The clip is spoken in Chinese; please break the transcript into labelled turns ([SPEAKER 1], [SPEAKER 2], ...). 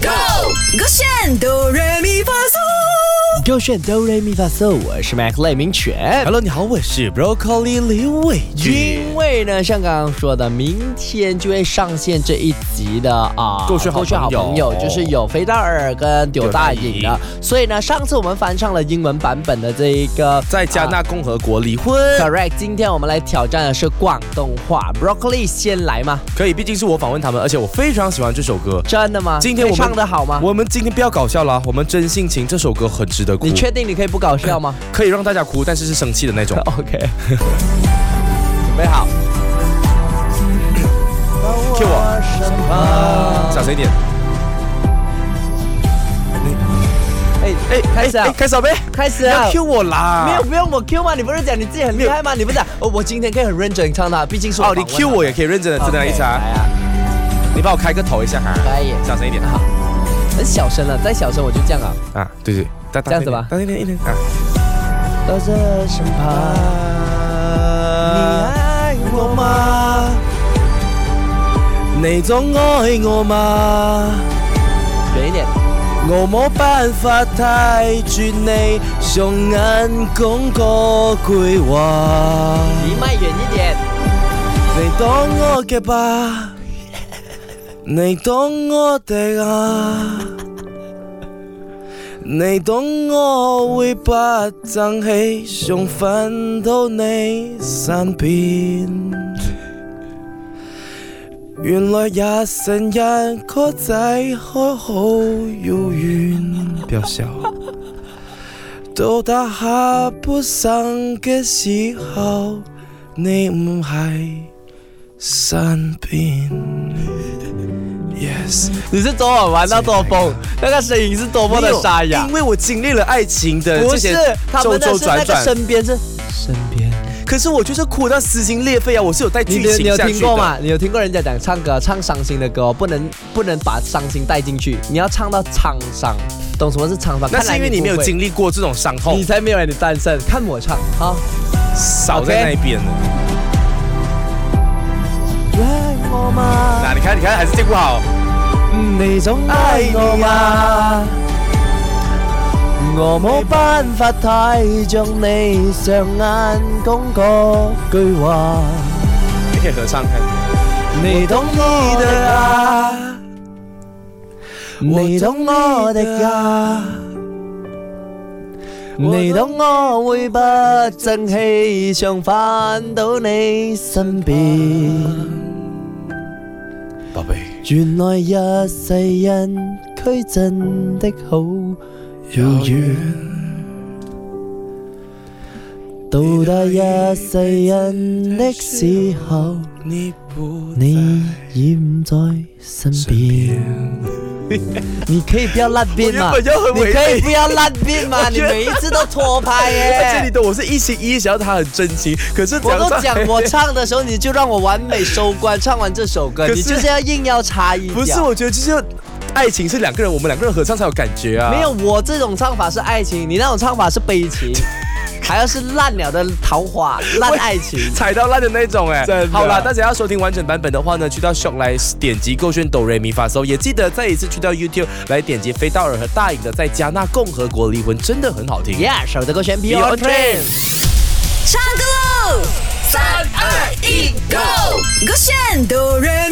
[SPEAKER 1] Go，我选哆来咪发嗦。
[SPEAKER 2] 勾选哆瑞咪发嗦，我是 Mac 赖明犬。
[SPEAKER 3] Hello，你好，我是 Broccoli 李伟俊。
[SPEAKER 2] 因为呢，像刚刚说的，明天就会上线这一集的啊，
[SPEAKER 3] 过去好朋友
[SPEAKER 2] 就是有肥大耳跟丢大影
[SPEAKER 3] 丢大
[SPEAKER 2] 的，所以呢，上次我们翻唱了英文版本的这一个
[SPEAKER 3] 在加拿大共和国离婚，
[SPEAKER 2] Correct，今天我们来挑战的是广东话。Broccoli 先来吗？
[SPEAKER 3] 可以，毕竟是我访问他们，而且我非常喜欢这首歌。
[SPEAKER 2] 真的吗？
[SPEAKER 3] 今天我
[SPEAKER 2] 你
[SPEAKER 3] 们
[SPEAKER 2] 唱的好吗？
[SPEAKER 3] 我们今天不要搞笑了，我们真性情这首歌很值得哭
[SPEAKER 2] 你，确定你可以不搞笑吗
[SPEAKER 3] 可以让大家哭，但是是生气的那种。
[SPEAKER 2] ？OK，准备好。
[SPEAKER 3] Cue 我小声一点。
[SPEAKER 2] 哎哎，开始啊
[SPEAKER 3] 哎，开始呗，
[SPEAKER 2] 开始
[SPEAKER 3] 不
[SPEAKER 2] 啊
[SPEAKER 3] 要 Q 我
[SPEAKER 2] 没
[SPEAKER 3] 啦
[SPEAKER 2] 有，。不用我 Q 吗？你不是讲你自己很厉害吗？你不是讲哦，我今天可以很认真唱它，毕竟是我
[SPEAKER 3] 哦，你
[SPEAKER 2] 访问
[SPEAKER 3] Q
[SPEAKER 2] 它
[SPEAKER 3] 我也可以认真的，真的来一次啊
[SPEAKER 2] OK，。来啊，
[SPEAKER 3] 你帮我开个头一下哈。
[SPEAKER 2] 可以
[SPEAKER 3] 小声一点
[SPEAKER 2] 好很小声了，再小声我就这样啊。
[SPEAKER 3] 啊，对对，大大
[SPEAKER 2] 这样子吧
[SPEAKER 3] 大一点，一点啊。
[SPEAKER 2] 到这身旁，
[SPEAKER 3] 你
[SPEAKER 2] 爱
[SPEAKER 3] 愛我嗎？你總愛我嗎？
[SPEAKER 2] 远一點。
[SPEAKER 3] 我冇辦法睇住你雙眼講嗰句話，
[SPEAKER 2] 离麦远一點。
[SPEAKER 3] 你當我嘅吧，你當我的啊，你當我會不爭氣，想瞓到你身邊。原來也成日個仔開好遙遠，不要笑。到達下半生嘅時候，你唔喺身邊。Yes，
[SPEAKER 2] 你是昨晚玩到多疯，那个声音是多么的沙哑
[SPEAKER 3] 因。为我经历了爱情的
[SPEAKER 2] 不
[SPEAKER 3] 这
[SPEAKER 2] 是
[SPEAKER 3] 些，
[SPEAKER 2] 他
[SPEAKER 3] 周
[SPEAKER 2] 们的
[SPEAKER 3] 呃周
[SPEAKER 2] 是那
[SPEAKER 3] 转
[SPEAKER 2] 个
[SPEAKER 3] 转，
[SPEAKER 2] 身边是身边。
[SPEAKER 3] 可是我就是哭到撕心裂肺啊！我是有带
[SPEAKER 2] 你
[SPEAKER 3] 剧
[SPEAKER 2] 你你
[SPEAKER 3] 情
[SPEAKER 2] 有
[SPEAKER 3] 下去的。
[SPEAKER 2] 听过吗？你有听过人家讲唱歌唱伤心的歌哦，不能不能把伤心带进去，你要唱到沧桑，懂什么是沧桑？
[SPEAKER 3] 那
[SPEAKER 2] 看
[SPEAKER 3] 是
[SPEAKER 2] 来
[SPEAKER 3] 因为你没有
[SPEAKER 2] 不会
[SPEAKER 3] 经历过这种伤痛
[SPEAKER 2] 你，才没有你单身。看我唱啊！
[SPEAKER 3] 少在
[SPEAKER 2] OK
[SPEAKER 3] 那边了。
[SPEAKER 2] 爱我吗？
[SPEAKER 3] 那你看，你看，还是见不好。
[SPEAKER 2] 你总
[SPEAKER 3] 愛我
[SPEAKER 2] 吗？我冇办法睇着你上眼講嗰句話，
[SPEAKER 3] 你可以合唱看。
[SPEAKER 2] 你懂我的啊，你懂我的啊，你懂我會不爭氣，想返到你身邊。
[SPEAKER 3] 宝贝，
[SPEAKER 2] 原來一世人區真的好遙遠，到達一世人的時候，
[SPEAKER 3] 你不
[SPEAKER 2] 你已唔在身邊。你可以不要烂边嘛？
[SPEAKER 3] 我原本要很
[SPEAKER 2] 你
[SPEAKER 3] 违
[SPEAKER 2] 可以
[SPEAKER 3] 背
[SPEAKER 2] 哎不要烂边嘛？你
[SPEAKER 3] 原本
[SPEAKER 2] 每一次都拖拍
[SPEAKER 3] 而且你
[SPEAKER 2] 耶！
[SPEAKER 3] 懂，我是一心一意想要他很真情，可是
[SPEAKER 2] 我都
[SPEAKER 3] 讲
[SPEAKER 2] 讲我唱的时候，你就让我完美收官，唱完这首歌，
[SPEAKER 3] 可
[SPEAKER 2] 你
[SPEAKER 3] 是
[SPEAKER 2] 就是要硬要插一脚。
[SPEAKER 3] 不是，我觉得就是爱情是两个人，我们两个人合唱才有感觉啊。
[SPEAKER 2] 没有，，我这种唱法是爱情，你那种唱法是悲情，还要是烂了的桃花，烂爱情。
[SPEAKER 3] 踩到烂的那种哎、
[SPEAKER 2] 真的啊
[SPEAKER 3] 好啦，大家要收听完整版本的话呢，去到 Shop 来点击勾选哆瑞咪发嗦，也记得再一次去到 YouTube 来点击飞道尔和大影的在加纳共和国离婚，真的很好听。
[SPEAKER 2] Yeah，守着歌选 Beyond Train
[SPEAKER 3] Beyond Train。
[SPEAKER 1] 唱歌喽！三二一，Go！我选哆来